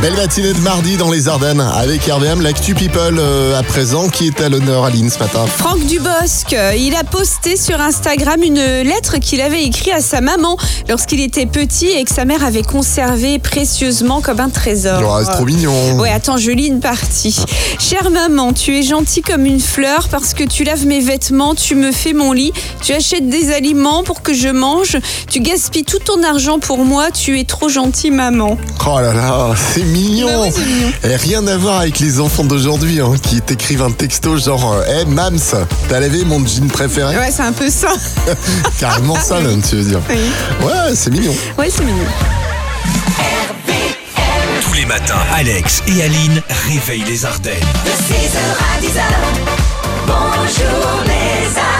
Belle matinée de mardi dans les Ardennes avec RVM, l'actu People euh, à présent qui est à l'honneur à Lille ce matin. Franck Dubosc, euh, il a posté sur Instagram une lettre qu'il avait écrite à sa maman lorsqu'il était petit et que sa mère avait conservée précieusement comme un trésor. Ouais, Oh, c'est trop mignon. Ah, Ouais, attends, je lis une partie. Chère maman, tu es gentille comme une fleur parce que tu laves mes vêtements, tu me fais mon lit, tu achètes des aliments pour que je mange, tu gaspilles tout ton argent pour moi, tu es trop gentille maman. Oh là là, c'est Bah mignon. oui, c'est mignon. Et rien à voir avec les enfants d'aujourd'hui hein, qui t'écrivent un texto genre euh, Hey Mams, t'as lavé mon jean préféré Ouais, c'est un peu ça. » Carrément ça même, tu veux dire. Oui. Ouais, c'est mignon. Ouais, c'est mignon. Tous les matins, Alex et Aline réveillent les Ardennes. De 6h à 10h, bonjour les Ardennes.